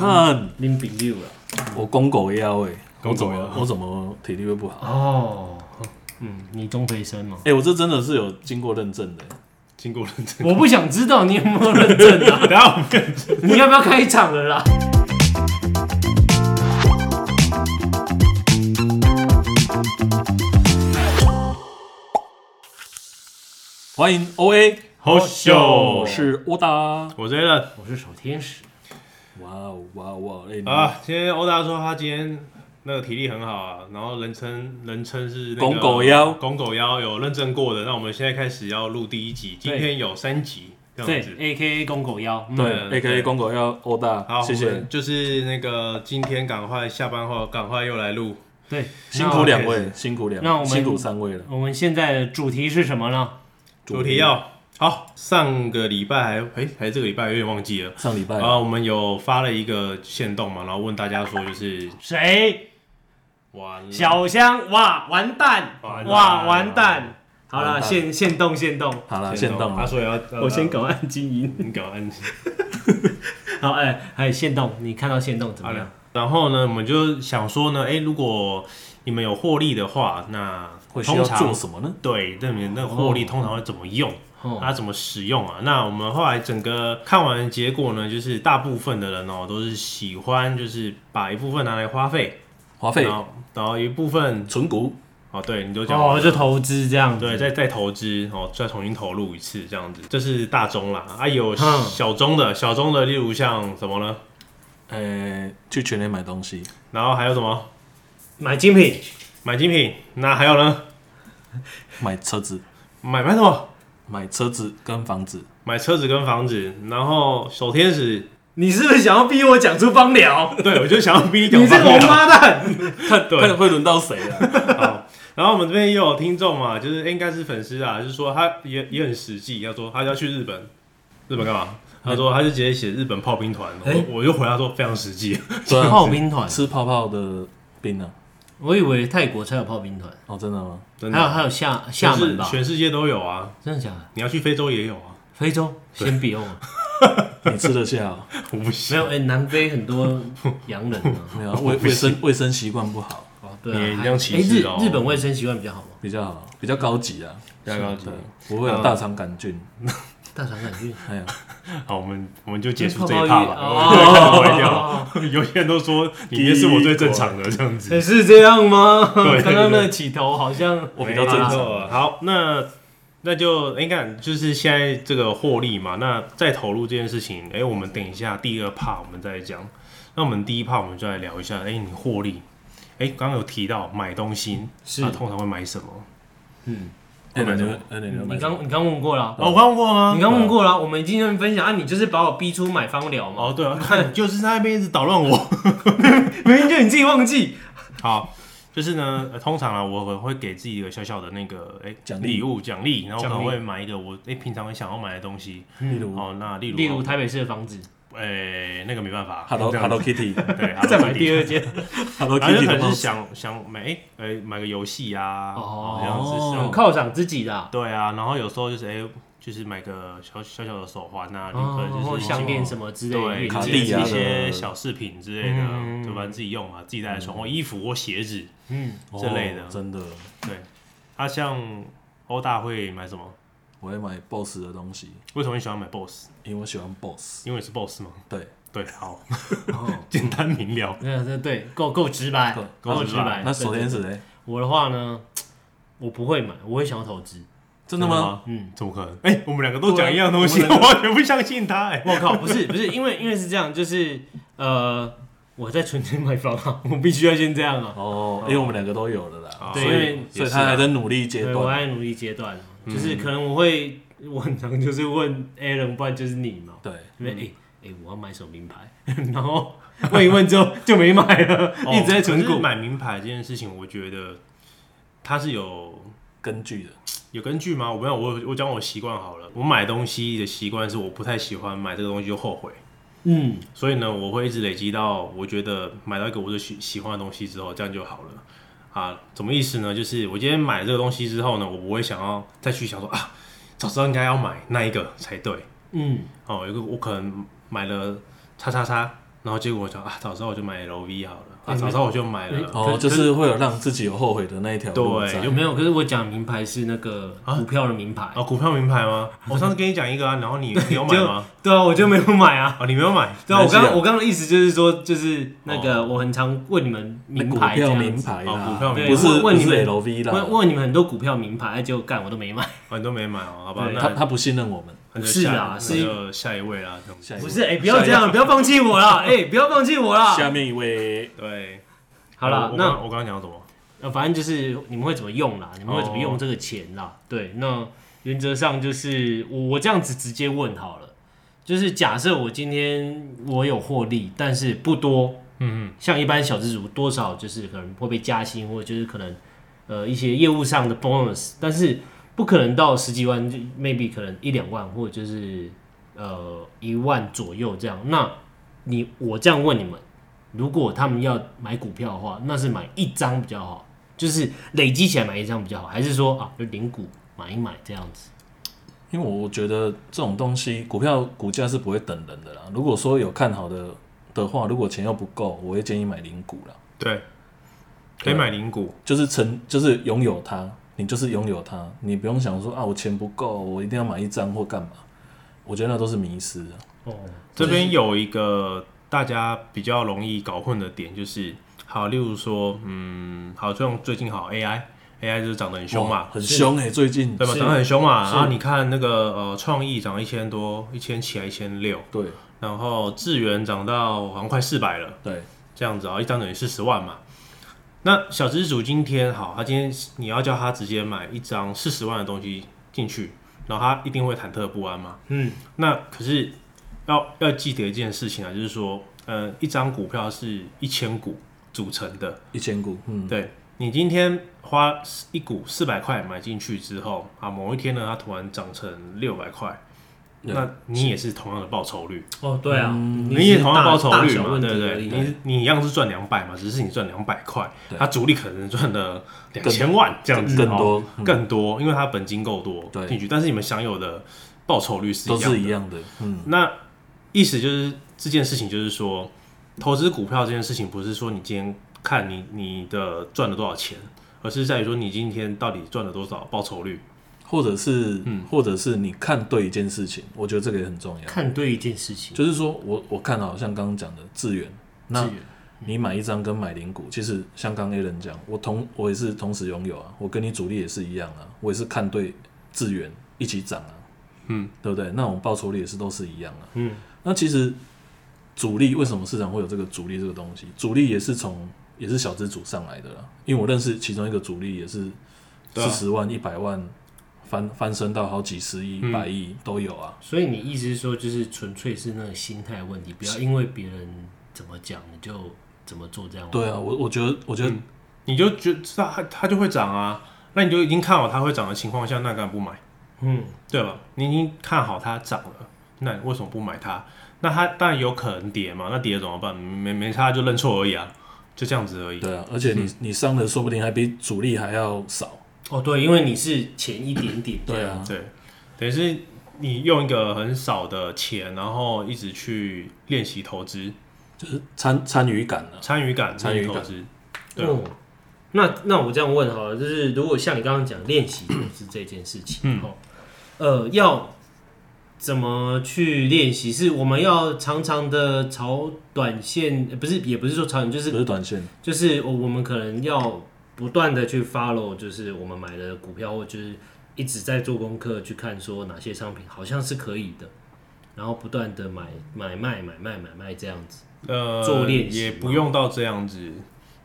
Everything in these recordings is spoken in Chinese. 看零比六了。我公狗腰哎，公狗腰我怎么我怎么体力会不好？哦，嗯，你中培生嘛？哎、我这真的是有经过认证的、经过认 证。我不想知道你有没有认证啊！等一下我们跟你要不要开场了啦？欢迎 O A，好我秀，是欧达。我觉得我是小天使，哇哦哇哦哇哦！哎、你啊，今天欧达说他今天那个体力很好啊，然后人称人称是、那个公狗腰公狗腰有认证过的。那我们现在开始要录第一集，今对天有三集这对样子。 ，A K A 公狗腰，嗯对，A 对 K A 对公狗腰欧大，好，谢我们谢，就是那个今天赶快下班后，赶快又来录。对，辛苦两那我位，辛苦两，那我们辛苦三位了。那我们现在的主题是什么呢？主题要好，上个礼拜还诶、还是这个礼拜有点忘记了。上礼拜然后我们有发了一个限动嘛，然后问大家说就是谁？完了小香，哇，完蛋，完蛋哇，完蛋！好完了，蛋现现动现动，好了，限啊先到他了。说啊要我先，搞按静音。你搞 安静。好，哎，还有现动，你看到现动怎么样？然后呢，我们就想说呢，哎、如果你们有获利的话，那会需要通做常什么嗯呢？对，那你们那个获利通常会怎么用？哦，啊，怎么使用啊？那我们后来整个看完的结果呢，就是大部分的人哦、都是喜欢就是把一部分拿来花费，花费然、后然后一部分存股，哦，对，你就讲哦，就投资这样子，对，再再投资哦，再重新投入一次这样子，这是大宗啦。啊，有嗯小宗的，小宗的，例如像什么呢？呃、去全联买东西，然后还有什么买精品，买精品？那还有呢？买车子，买买什么？买车子跟房子，买车子跟房子，然后守天使，你是不是想要逼我讲出芳疗？对我就想要逼你讲 你这个方王疗八 蛋！看对看会轮到谁 啊？好，然后我们这边也有听众嘛，就是、诶应该是粉丝啊，就是说他也也很实际，要说他要去日本，日本干嘛？他说他就直接写日本炮兵团，诶我我就回答说非常实际，对啊炮兵团，吃泡泡的冰啊？我以为泰国才有炮兵团，哦，真的吗？真还有的，还有厦厦全世门吧？全世界都有啊，真的假的？你要去非洲也有啊， 非洲先不用啊，你吃得下、哦？我不没信。有哎，南非很多洋人啊。 没有啊，卫卫生卫生习惯不好哦，对啊，你还这样歧视哎哦日日本卫生习惯比较好嘛，比较好，比较高级啊，比较高级对，不会有大肠杆菌。大肠杆菌。哎呀，好，我们我们就结束这哎泡泡一浴趴吧。哦 我们就关掉。有些人都说里面是我最正常的这样子。哎是这样吗？ 对刚刚那起头好像我比较正常没啦好，那那就哎，你看，就是现在这个获利嘛，那再投入这件事情，哎，我们等一下第二 part 我们再讲。那我们第一 part 我们就来聊一下，哎，你获利，哎，刚刚有提到买东西，是啊那通常会买什么？嗯，哎，买你什们么，哎，你们你买刚你刚问过了，哦，我刚问过吗你？刚问过了，我们已经分享啊，你就是把我逼出买芳疗嘛，哦，对啊，看你就是在那边一直捣乱我。明明就你自己忘 记。好，就是呢，呃通常啊，我我会给自己一个小小的那个哎奖励礼物奖励，然后我可奖能励会买一个我哎平常很想要买的东西。例如哦，那例如例如台北市的房子，哎那个没办法 Hello 这样子 Hello Kitty，Hello 对，再买第第二，二间，然后就 Kitty 可的能帽是子，想想买哎哎买个游戏啊，哦 哦这样子是那种犒赏自己的啊，对啊，然后有时候就是哎就是买个小小小的手环啊，你可哦能或就是项链什么。什么之类的，对，零卡件地一啊些小饰品之类的，嗯对吧？自己用嘛，自己带来穿，或衣服或鞋子，嗯，哦这类的真的，对，啊，像欧大会买什么？我会买 BOSS 的东西，为什么你喜欢买 BOSS？因为我喜欢 BOSS。因为你是 BOSS 吗？对，对，好，哦， 简单明了。对对对，够够直白够，够直直白白。那首先哎对是谁？对我的话呢，我不会买，我会想要投资。真的吗？？嗯，怎么可能？哎、我们两个都讲一样东西，对啊我完全不相信他、哎，我靠，不是不是，因为因为是这样，就是呃，我在存钱买房啊，我必须要先这样啊。哦，因为我们两个都有了啦，哦所对以因为所也以是他啊还在努力阶对，我段。在努力阶段，啊就是可能我会，我很常就是问 Alan，不然就是你嘛，对，因为哎。哎、我要买什么名牌？ 然后问一问之后就没买了，一直在存哦可股是。买名牌这件事情，我觉得它是有根据的，有根据吗？我没有，我我讲我习惯好了。我买东西的习惯是我不太喜欢买这个东西就后悔，嗯，所以呢，我会一直累积到我觉得买到一个我最喜喜欢的东西之后，这样就好了。啊，什么意思呢？就是我今天买这个东西之后呢，我不会想要再去想说啊，早知道应该要买那一个才对。嗯，哦，有一个我可能买了叉叉叉，然后结果我想啊，早知道我就买 LV 好了，哎啊，早知道我就买了。哎哦，就是会有让自己有后悔的那一条路对在有。没有？可是我讲名牌是那个股票的名牌，啊，股票名牌吗？我上次跟你讲一个啊，然后你你有买吗？对啊，我 就没有买啊。啊，你没有买，对啊，我没事啊哦刚我刚刚的意思就是说，就是那个我很常问你们那名股牌这票样名子，牌哦啦，股票名牌不是问问不你是们 LV 问啦，问你们很多股票名牌，哎结果干我都没买。啊，你都没买哦，好吧，对他那他不信任我们。那就是下啊那是就下一位啦，这样子。下一不位是，哎，不要这样，不要放弃我 啦，哎，不要放弃我啊啦。下面一位，对，好我了，我那刚我刚刚讲到什么？呃，反正就是你们会怎么用啦，你们会怎么用这个钱啦？对，那原则上就是我我这样子直接问好了，就是假设我今天我有获利，但是不多，嗯像一般小资主多少就是可能会被加薪，或者就是可能呃一些业务上的 bonus，但是不可能到十几万，就 maybe 可能一两万，或者就是呃一万左右这样。那你我这样问你们，如果他们要买股票的话，那是买一张比较好，就是累积起来买一张比较好，还是说啊就零股买一买这样子？因为我觉得这种东西，股票股价是不会等人的啦。如果说有看好的的话，如果钱又不够，我会建议买零股啦，哼，对，可以买零股，就是成就是拥有它，你就是拥有它，你不用想说啊，我钱不够，我一定要买一张或干嘛。我觉得那都是迷失啊。哦，这边有一个大家比较容易搞混的点，就是好，例如说，嗯，好，就像最近好 AI，AI 就是涨得很凶嘛哇，很凶哎、最近对吧？嗯是涨得很凶嘛。是然后你看那个呃，创意涨一千多，一千起来一千六，对然后智源涨到好像快四百了，对，这样子啊、一张等于四十万嘛。那小资主今天好，他今天你要叫他直接买一张四十万的东西进去，然后他一定会忐忑不安嘛。嗯，那可是要要记得一件事情啊，就是说，呃，一张股票是一千股组成的，一千股，嗯，对你今天花一股四百块买进去之后啊，某一天呢，它突然涨成六百块，对那你也是同样的报酬率，哦对啊，你也同样报酬大率小嘛，问题对不而对？已你你一样是赚两百嘛，只是你赚两百块，对它主力可能赚了两千万这样子，更哦多嗯更多，因为它本金够多对进去，但是你们享有的报酬率是都一样的是一样的，嗯，那意思就是这件事情，就是说，投资股票这件事情，不是说你今天看你你的赚了多少钱，而是在于说你今天到底赚了多少报酬率。或者是，嗯或者是你看对一件事情，我觉得这个也很重要。看对一件事情，就是说我我看好像刚刚讲的致远，那资嗯源你买一张跟买零股，其实像刚 A 人讲，我同我也是同时拥有啊，我跟你主力也是一样啊，我也是看对致远一起涨啊，嗯，对不对？那我们报酬率也是都是一样啊。嗯，那其实主力为什么市场会有这个主力这个东西？主力也是从也是小资主上来的啦，因为我认识其中一个主力也是对啊四十万、一百万翻翻身到好几十亿、嗯百亿都有啊。所以你意思是说，就是纯粹是那个心态问题，不要因为别人怎么讲你就怎么做这样。对啊，我我觉得我觉得你就觉知道它它就会涨啊，那你就已经看好它会涨的情况下，那干嘛不买？嗯，对吧？你已经看好它涨了，那你为什么不买它？那它当然有可能跌嘛，那跌怎么办？没没差就认错而已啊，就这样子而已。对啊，而且你嗯你伤的说不定还比主力还要少。哦，对，因为你是前一点点。对，啊，对，等于是你用一个很少的钱，然后一直去练习投资，就是参参与感啊。参与感，参与练习感投资，对啊哦，那那我这样问好了，就是如果像你刚刚讲练习投资这件事情，嗯哦，呃，要怎么去练习？是我们要常常的炒短线，呃不是，也不是说炒短，就是不是短线，就是我我们可能要不断的去 follow，就是我们买的股票，或就是一直在做功课去看说哪些商品好像是可以的，然后不断的买买卖买卖买卖这样子。呃，做练习也嘛不用到这样子。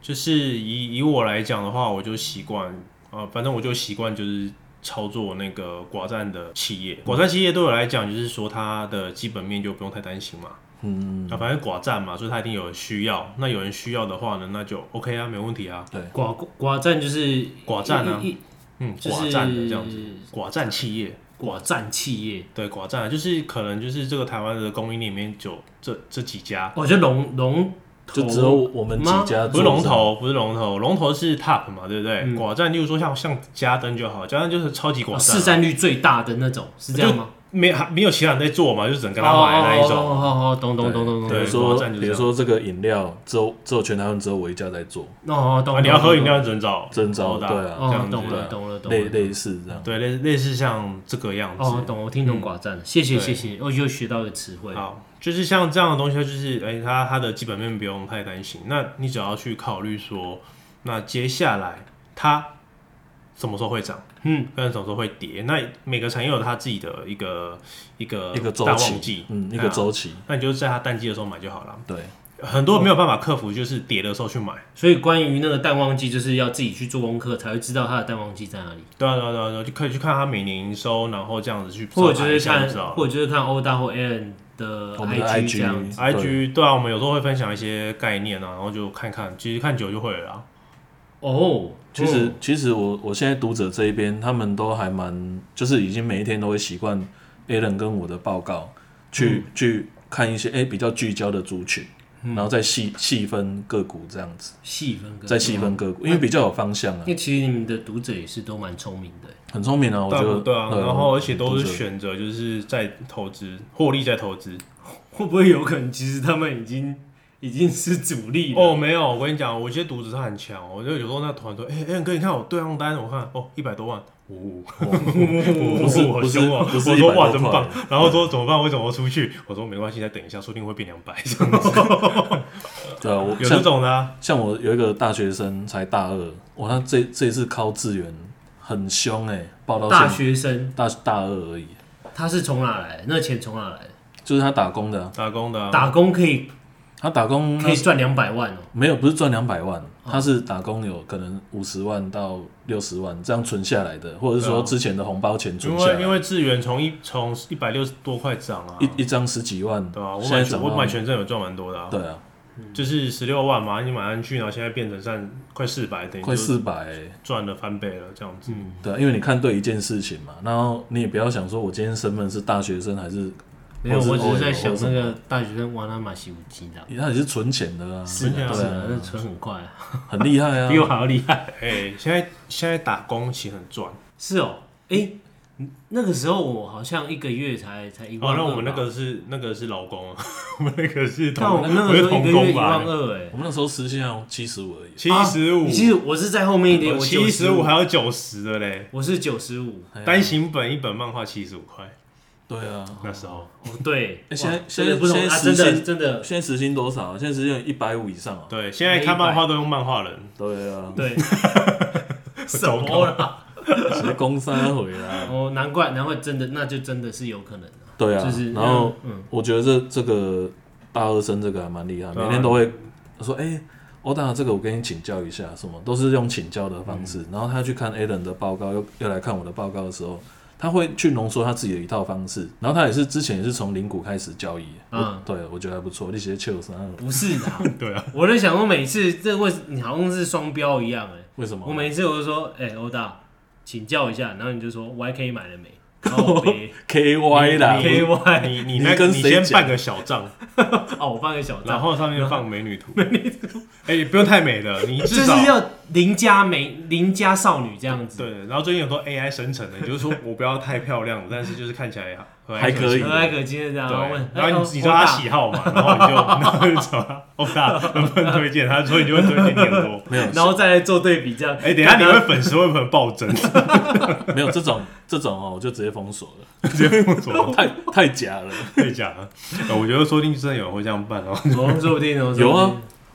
就是以以我来讲的话，我就习惯，呃，反正我就习惯就是操作那个寡占的企业。寡占企业对我来讲，就是说它的基本面就不用太担心嘛。嗯，啊，反正寡占嘛，所以它一定有人需要。那有人需要的话呢，那就 OK 啊，没问题啊。对，寡寡占就是寡占啊一一嗯，就是寡占的这样子，寡占企业。寡占企业，对，寡占啊就是可能就是这个台湾的供应链里面就这这几家，哦，就龙龙头就只有我们几吗家不做是龙这个，头，不是龙头，龙头是 top 嘛，对不对？嗯寡占，例如说像像嘉登就好，嘉登就是超级寡占啊，哦市占率最大的那种，是这样吗？没还没有其他人在做嘛，就只能跟他买那一哦种。哦哦哦，懂懂懂懂懂，比对如网说站就比这如样说这个饮料，只有只有全台湾只有我一家在做，哦哦懂啊，懂。你要喝饮懂料只能找真招的，对啊这样哦，子懂了对呃懂了懂类了。类似这样。对，类类似像这个样子。哦，懂，我听懂寡占了，谢谢对谢谢，我又学到一个词汇。好，就是像这样的东西，它就是哎、它它的基本面不用太担心。那你只要去考虑说，那接下来它什么时候会涨，嗯，跟什么时候会跌？那每个产业有它自己的一个一个一个周大旺期季，，嗯，一对个啊周期，那你就在它淡季的时候买就好了。对，很多人没有办法克服，就是跌的时候去买。所以关于那个淡旺季，就是要自己去做功课才会知道它的淡旺季在哪里，对啊，对啊，对啊，对啊就可以去看它每年营收，然后这样子去或者就一是下看就知道，了或者就是看欧大或 Aaron 的我们的 IG 这样子。 IG 对啊，我们有时候会分享一些概念啊，然后就看看，其实看久就会了啦。哦，其实、嗯其实我我现在读者这一边，他们都还蛮，就是已经每一天都会习惯 Alan 跟我的报告，去、嗯去看一些哎、诶比较聚焦的族群，然后再细细分个股这样子，细分跟再细分个嗯股，因为比较有方向啊因，为其实你们的读者也是都蛮聪明的，很聪明啊，我觉得对啊，然后而且都是读者选择就是在投资，获利在投资。会不会有可能其实他们已经已经是主力了？哦，没有，我跟你讲，我一些读者他很强，哦我就有时候那团队，哎、哎、哥，你看我对账单，我看哦一百多万，哦，不不是我不是凶哦，不是我说100哇多真块棒， 然后说怎么办？为什么我出去？我说没关系，再等一下，说不定会变两 百，这样子对啊，我有这像种的、啊。像我有一个大学生才大二，哇，他这这一次考志愿很凶哎、报到大现学生大大二而已，他是从哪来的？那钱从哪来的？就是他打工的啊、打工的、啊，打工可以他打工那可以赚两百万哦、没有，不是赚两百万，他是打工有可能五十万到六十万这样存下来的，或者是说之前的红包钱因存下为因来，为智源从一从一百六十多块涨啊，一一张十几万，对啊，我现买在全涨我到买全证有赚蛮多的啊，对啊，就是十六万嘛，你买上去，然后现在变成算快四百，等于快就四百、赚了翻倍了这样子。对啊、因为你看对一件事情嘛，然后你也不要想说我今天身份是大学生还是，没有，或我是只是在 OL 想或是那个大学生玩他马西五鸡的，他也是存钱的啊，是对啊啊是啊，那存很快啊，很厉害啊 比，我还要厉害。哎、现在现在打工其实很赚，是哦，哎，那个时候我好像一个月才才一哦万，二那吧。我们那个是那个是劳工啊， 我们那个是但我童，们那个时是候一童个月工一万吧，二啊哎。我们那时候时薪要七十五而已，七十五，其实我是在后面一点，我七十五95还有九十的嘞，我是九十五，哎呀单行本一本漫画七十五块，对啊，那时候哦对，哎现在哇现在真的不同现在啊，时真薪的真的现在时薪多少？现在时薪一百五以上哦啊，对，现在看漫画都用漫画人，对啊， 对，什糟糕么啦？谁攻三回啊？哦，难怪难怪真的，那就真的是有可能的，对啊，就是然后。嗯，我觉得这这个大二生这个还蛮厉害，对啊每天都会说：“哎、欧大，这个我跟你请教一下，什么都是用请教的方式。嗯然后他去看 Alan 的报告，又又来看我的报告的时候，他会去浓缩他自己的一套方式。然后他也是之前也是从零股开始交易，嗯我对我觉得还不错。那些 c h i l 不是的啊，对啊，我在想，我每次这为你好像是双标一样哎、为什么？我每次我就说，哎、欧大，请教一下，然后你就说 YK 买了 没？靠背 KY 啦，你 KY 你你你那个跟你谁先讲办个 小账，哦，我放个小然账，后上面放美女图， 美女图，哎、不用太美了，你就至是少要邻家美邻家少女这样子，对。然后最近有说 AI 生成的，你就是说我不要太漂亮，但是就是看起来和蔼还可以和蔼哎可亲的这样，对然后问，，然后哎你你知道他，欧喜好嘛，然 后你就然后就找他，我大能不能推荐他，所以你就会推荐你很多。没有大然后再来做对比这样。哎、等一下你会粉丝会不会暴增？ 没有这种这种哦，我就直接封锁了，直接封锁，太太假了。可以讲了。呃我觉得说不定真的有人会这样办哦。哦，说不定哦，有啊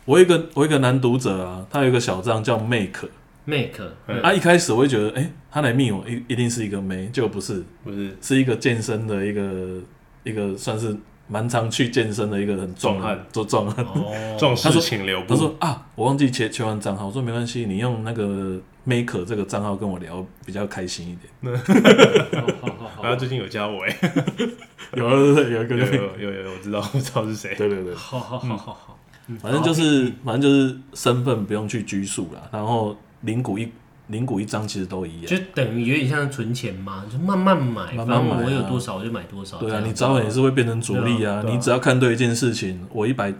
我有一个我有一个男读者啊，他有一个小账叫 Make。 ，Make，嗯啊，一开始我会觉得，哎、他来密我一一定是一个妹，结果不是，不是是一个健身的一个一个算是蛮常去健身的一个很壮壮汉，做壮汉。这哦，种事情留他不住。说啊，我忘记切切换账号，我说没关系，你用那个 Maker 这个账号跟我聊比较开心一点。好好好然后最近有加我、哎，有有有啊有一个有 Maker，有有有，我知道我知道是谁。对对对，好好好好好，反正就是反正就是身份不用去拘束啦，然后零股一零股一张其实都一样。就等于有点像存钱嘛，就慢慢买，慢慢反正买啊我有多少我就买多少。对这啊，样你早晚也是会变成主力对啊。对啊你只要看对一件事情，我一百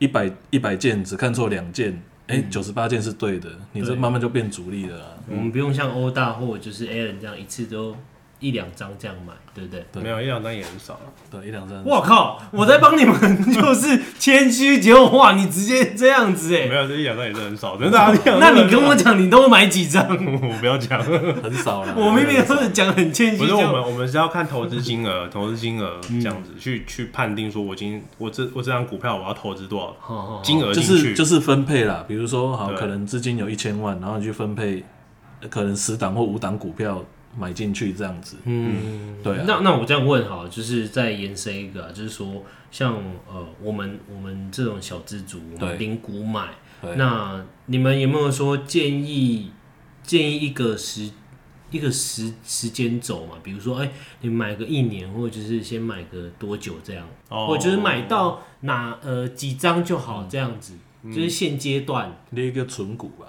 一百一百件只看错两件，哎、九十八件是对的，你这嗯对慢慢就变主力了啊、我们不用像欧大或者就是 Alan 这样一次都一两张这样买，对不对？对没有一两张也很少啊了。对，一两三，我靠！我在帮你们就是谦虚，结果哇，你直接这样子哎、没有，这一两张也是很少，真的啊。一两张那你跟我讲，你都买几张？我不要讲，很少啊了。 我明明都是讲很谦虚，不是结我果们，我们是要看投资金额，投资金额嗯这样子去去判定说，我今天我这我这张股票我要投资多少好好好金额哦就进是去，就是分配啦，比如说好，对可能资金有一千万，然后你去分配，呃可能十档或五档股票买进去这样子。嗯，对啊那那我这样问好了，就是再延伸一个啊、就是说，像呃，我们我们这种小资族，我对们零股买，对，那你们有没有说建议建议一个时一个时时间轴嘛？比如说，哎、你买个一年，或者是先买个多久这样，哦或者就是买到哪呃几张就好这样子，就是现阶段。列一个存股吧。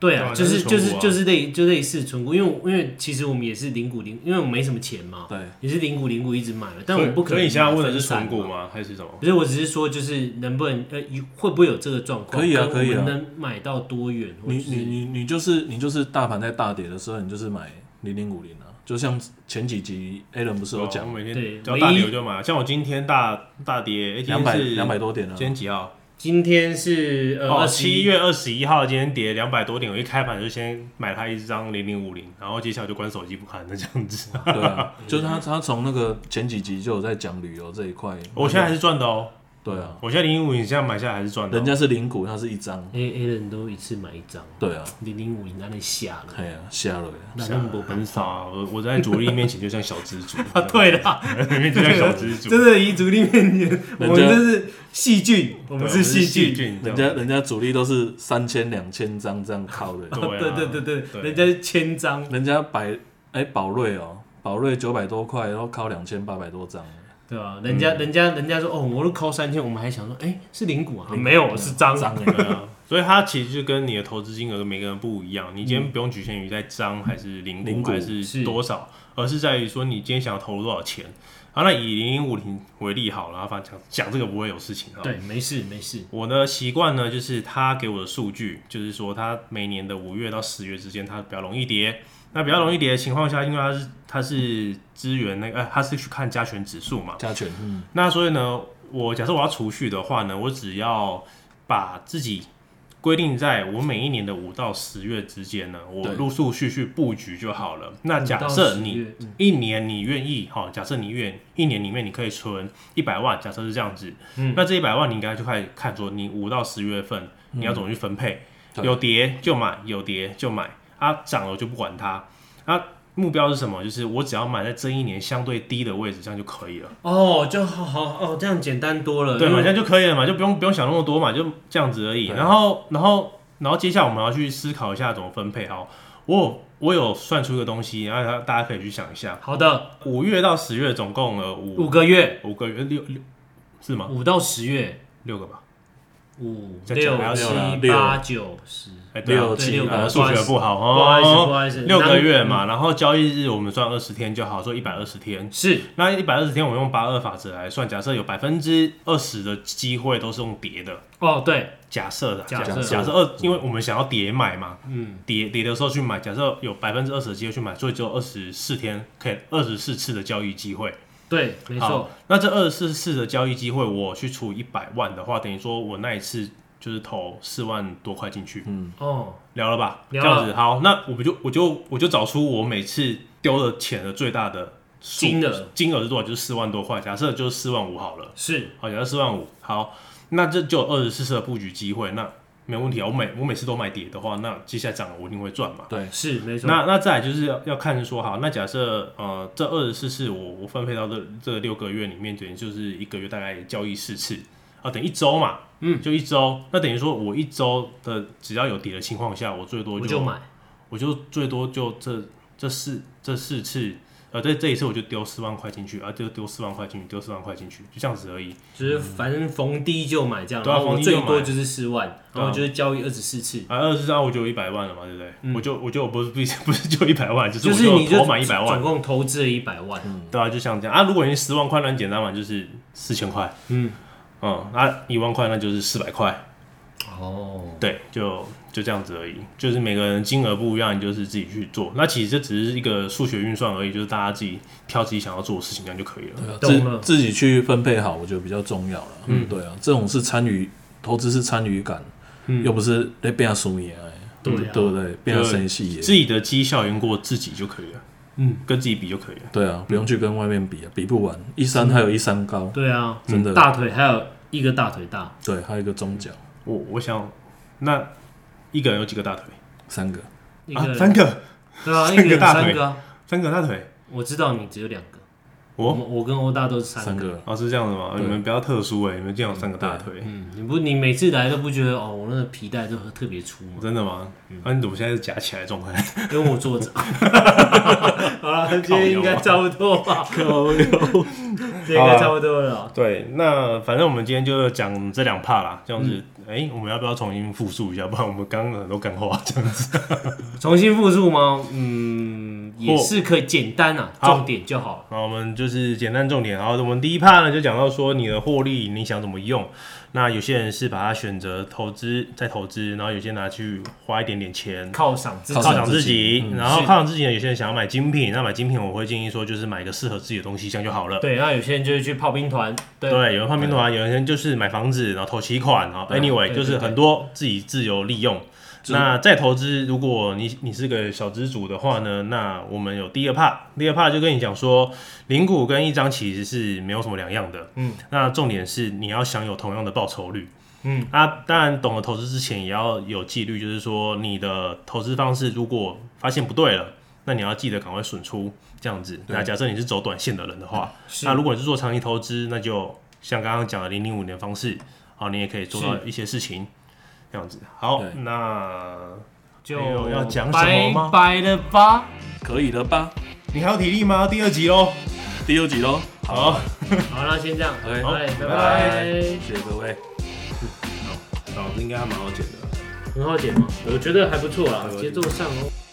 对对啊，啊就是那是就存是股啊就是类就类似存股，因为我因为其实我们也是零股零，因为我们没什么钱嘛，对，也是零股零股一直买嘛，但所我以们不可所能。以你现在问的是纯股？吗？还是什么？不是，我只是说就是能不能呃有会不会有这个状况？可以啊跟可以啊我们能买到多远？或你者是你你你就是你就是大盘在大跌的时候，你就是买零零五零啊，就像前几集 Alan 不是有讲我每天对只要大唯一跌我就买，像我今天大大跌，哎，今两天百是两百，多点啊今，天几号？今天是呃哦，二十七一，月二十一号，今天跌两百多点，我一开盘就先买它一张零零五零，然后接下来就关手机不看了这样子。对啊，就是他他从那个前几集就有在讲旅游这一块， 我现在还是赚的哦，对啊，我现在零零五零现在买下来还是赚的哦。人家是零股，他是一张， A A 人哎都一次买一张，对啊，零零五零那里下了，哎呀，瞎了呀，那那么多很少啊，我我在主力面前就像小 蜘蛛啊，对啦，里面就像小蜘蛛，真的以主力面前，我们人家就是细菌，我我们是细菌，菌这人样家人家主力都是三千两千张这样靠的，对啊对对对对，对人家是千张，人家百哎宝瑞哦，宝瑞九百多块，然后靠两千八百多张，对啊，人家、人家人家说哦，我都扣三千，我们还想说，哎、是零股啊？没有，是张。 张哎，对啊，所以它其实就跟你的投资金额每个人不一样。你今天不用局限于在张还是零零股股还是是多少，而是在于说你今天想要投入多少钱。啊，那以零零五零为例好了，啊反正讲讲这个不会有事情啊。对，没事没事。我呢习惯呢，就是他给我的数据，就是说他每年的五月到十月之间，它比较容易跌。那比较容易跌的情况下，因为它是它是资源那个，呃，它是去看加权指数嘛。加权，嗯，那所以呢，我假设我要储蓄的话呢，我只要把自己规定在我每一年的五到十月之间呢，我对陆陆续续布局就好了。那假五设到十你月嗯一年你愿意哈、假设你愿一年里面你可以存一百万，假设是这样子，嗯那这一百万你应该就开始看说你五到十月份你要嗯怎么去分配，对有跌就买，有跌就买，啊涨了就不管它，啊目标是什么？就是我只要买在这一年相对低的位置，这样就可以了。哦，就好好哦，这样简单多了。对，因买为下就可以了嘛，就不用不用想那么多嘛，就这样子而已。对啊然后，然后，然后接下来我们要去思考一下怎么分配哈。我有我有算出一个东西，然后大家可以去想一下。好的，五月到十月总共了五五个月，五个月六六是吗？五到十月，六个吧？五再讲六还有七六八九十，哎，对啊六对七六八个呃，数学不好不好意思不哦，好意思，嗯六个月嘛，然后交易日我们算二十天就好，说一百二十天那。是那一百二十天，我们用八二法则来算，假设有百分之二十的机会都是用叠的，哦，对，假设的，假假设假设二，因为我们想要叠买嘛，嗯，叠叠的时候去买，假设有百分之二十的机会去买，所以只有二十四天可以二十四次的交易机会。对，没错好，，那这二十四次的交易机会，我去除一百万的话，等于说我那一次就是投四万多块进去，哦，聊了吧？聊这了样子好，那我们就我就我就找出我每次丢的钱的最大的数金额金额是多少？就是四万多块，假设就是四万五好了。是好，假设四万五，好，那这就有二十四次的布局机会，那没问题啊。我每我每次都买跌的话，那接下来涨了我一定会赚嘛。对，是没错，那那再来就是要要看说，好，那假设呃这二十四次我我分配到这这六个月里面，等于就是一个月大概交易四次啊，等于一周嘛，嗯，就一周。那等于说我一周的只要有跌的情况下，我最多我就就买，我就最多就这这四这四次，呃，这这一次我就丢四万块进去，啊，就丢四万块进去，丢四万块进去，就这样子而已。就是反正逢低就买这样，嗯对啊然后我逢低就最买多就是四万，对然啊后就是交易二十四次，啊，二十张我就有一百万了嘛，对不对？我就我就不是不是不是就一百万，就嗯是就我是你就投满一百总万，共投资了一百万，对啊，就像这样啊。如果你十万块，那很简单嘛，就是四千块，啊嗯嗯，那一万块那就是四百块，哦，对，就就这样子而已，就是每个人金额不一样，你就是自己去做。那其实这只是一个数学运算而已，就是大家自己挑自己想要做的事情，这样就可以了。对啊，懂了自自己去分配好，我觉得比较重要了。嗯，对啊，这种是参与投资是参与感，又不是在变成输赢哎，对啊嗯对不对？变成生戏耶，自己的绩效赢过自己就可以了，嗯，跟自己比就可以了。对啊，不用去跟外面比啊，比不完，一山还有一山高，对啊，真的大腿还有一个大腿大，对，还有一个中脚，我我想，那一个人有几个大腿三个，一啊个？三个，对啊，三一个个有大三腿个啊，三个大腿。我知道你只有两个，我我我跟欧大都是三三个。个，哦，是这样子吗？对你们比较特殊哎、你们竟然有三个大腿，嗯，你不你每次来都不觉得哦，我那个皮带都特别粗 吗？真的吗？那、你怎么现在是夹起来的状态？因为我坐着。好了，今天应啊该差不多 吧？ 这应该差不多了。 对，那反正我们今天就讲这两 part 啦，这样子。哎、我们要不要重新复述一下？不然我们刚刚很多干话这 样子。重新复述吗？嗯，也是可以简单啊，好重点就好了。那我们就是简单重点。然后我们第一 part 呢，就讲到说你的获利你想怎么用。那有些人是把它选择投资，再投资，然后有些拿去花一点点钱。犒赏自己犒犒赏赏自自己己，嗯然后是犒赏自己呢，有些人想要买精品，那买精品我会建议说，就是买一个适合自己的东西，这样就好了。对，那有些人就是去炮兵团，对，对，有人换兵团，有人就是买房子，然后投期款，然后对 anyway 对就对是很多自己自由利用。就是那再投资，如果你你是个小资主的话呢，那我们有第二 part，第二 part 就跟你讲说，零股跟一张其实是没有什么两样的，嗯，那重点是你要享有同样的报酬率，嗯，啊，当然懂得投资之前也要有纪律，就是说你的投资方式如果发现不对了，那你要记得赶快损出，这样子。对那假设你是走短线的人的话，是那如果你是做长期投资，那就像刚刚讲的零零五年方式，好，你也可以做到一些事情，这样子。好对，那就哎呦要讲什么吗拜拜了吧，可以了吧？你还有体力吗？第二集喽。第六集喽，好，好，那先这样， OK，好拜哎拜拜拜。谢谢各位，老师应该还蛮好剪的。很好剪吗？我觉得还不错啦，节奏上哦。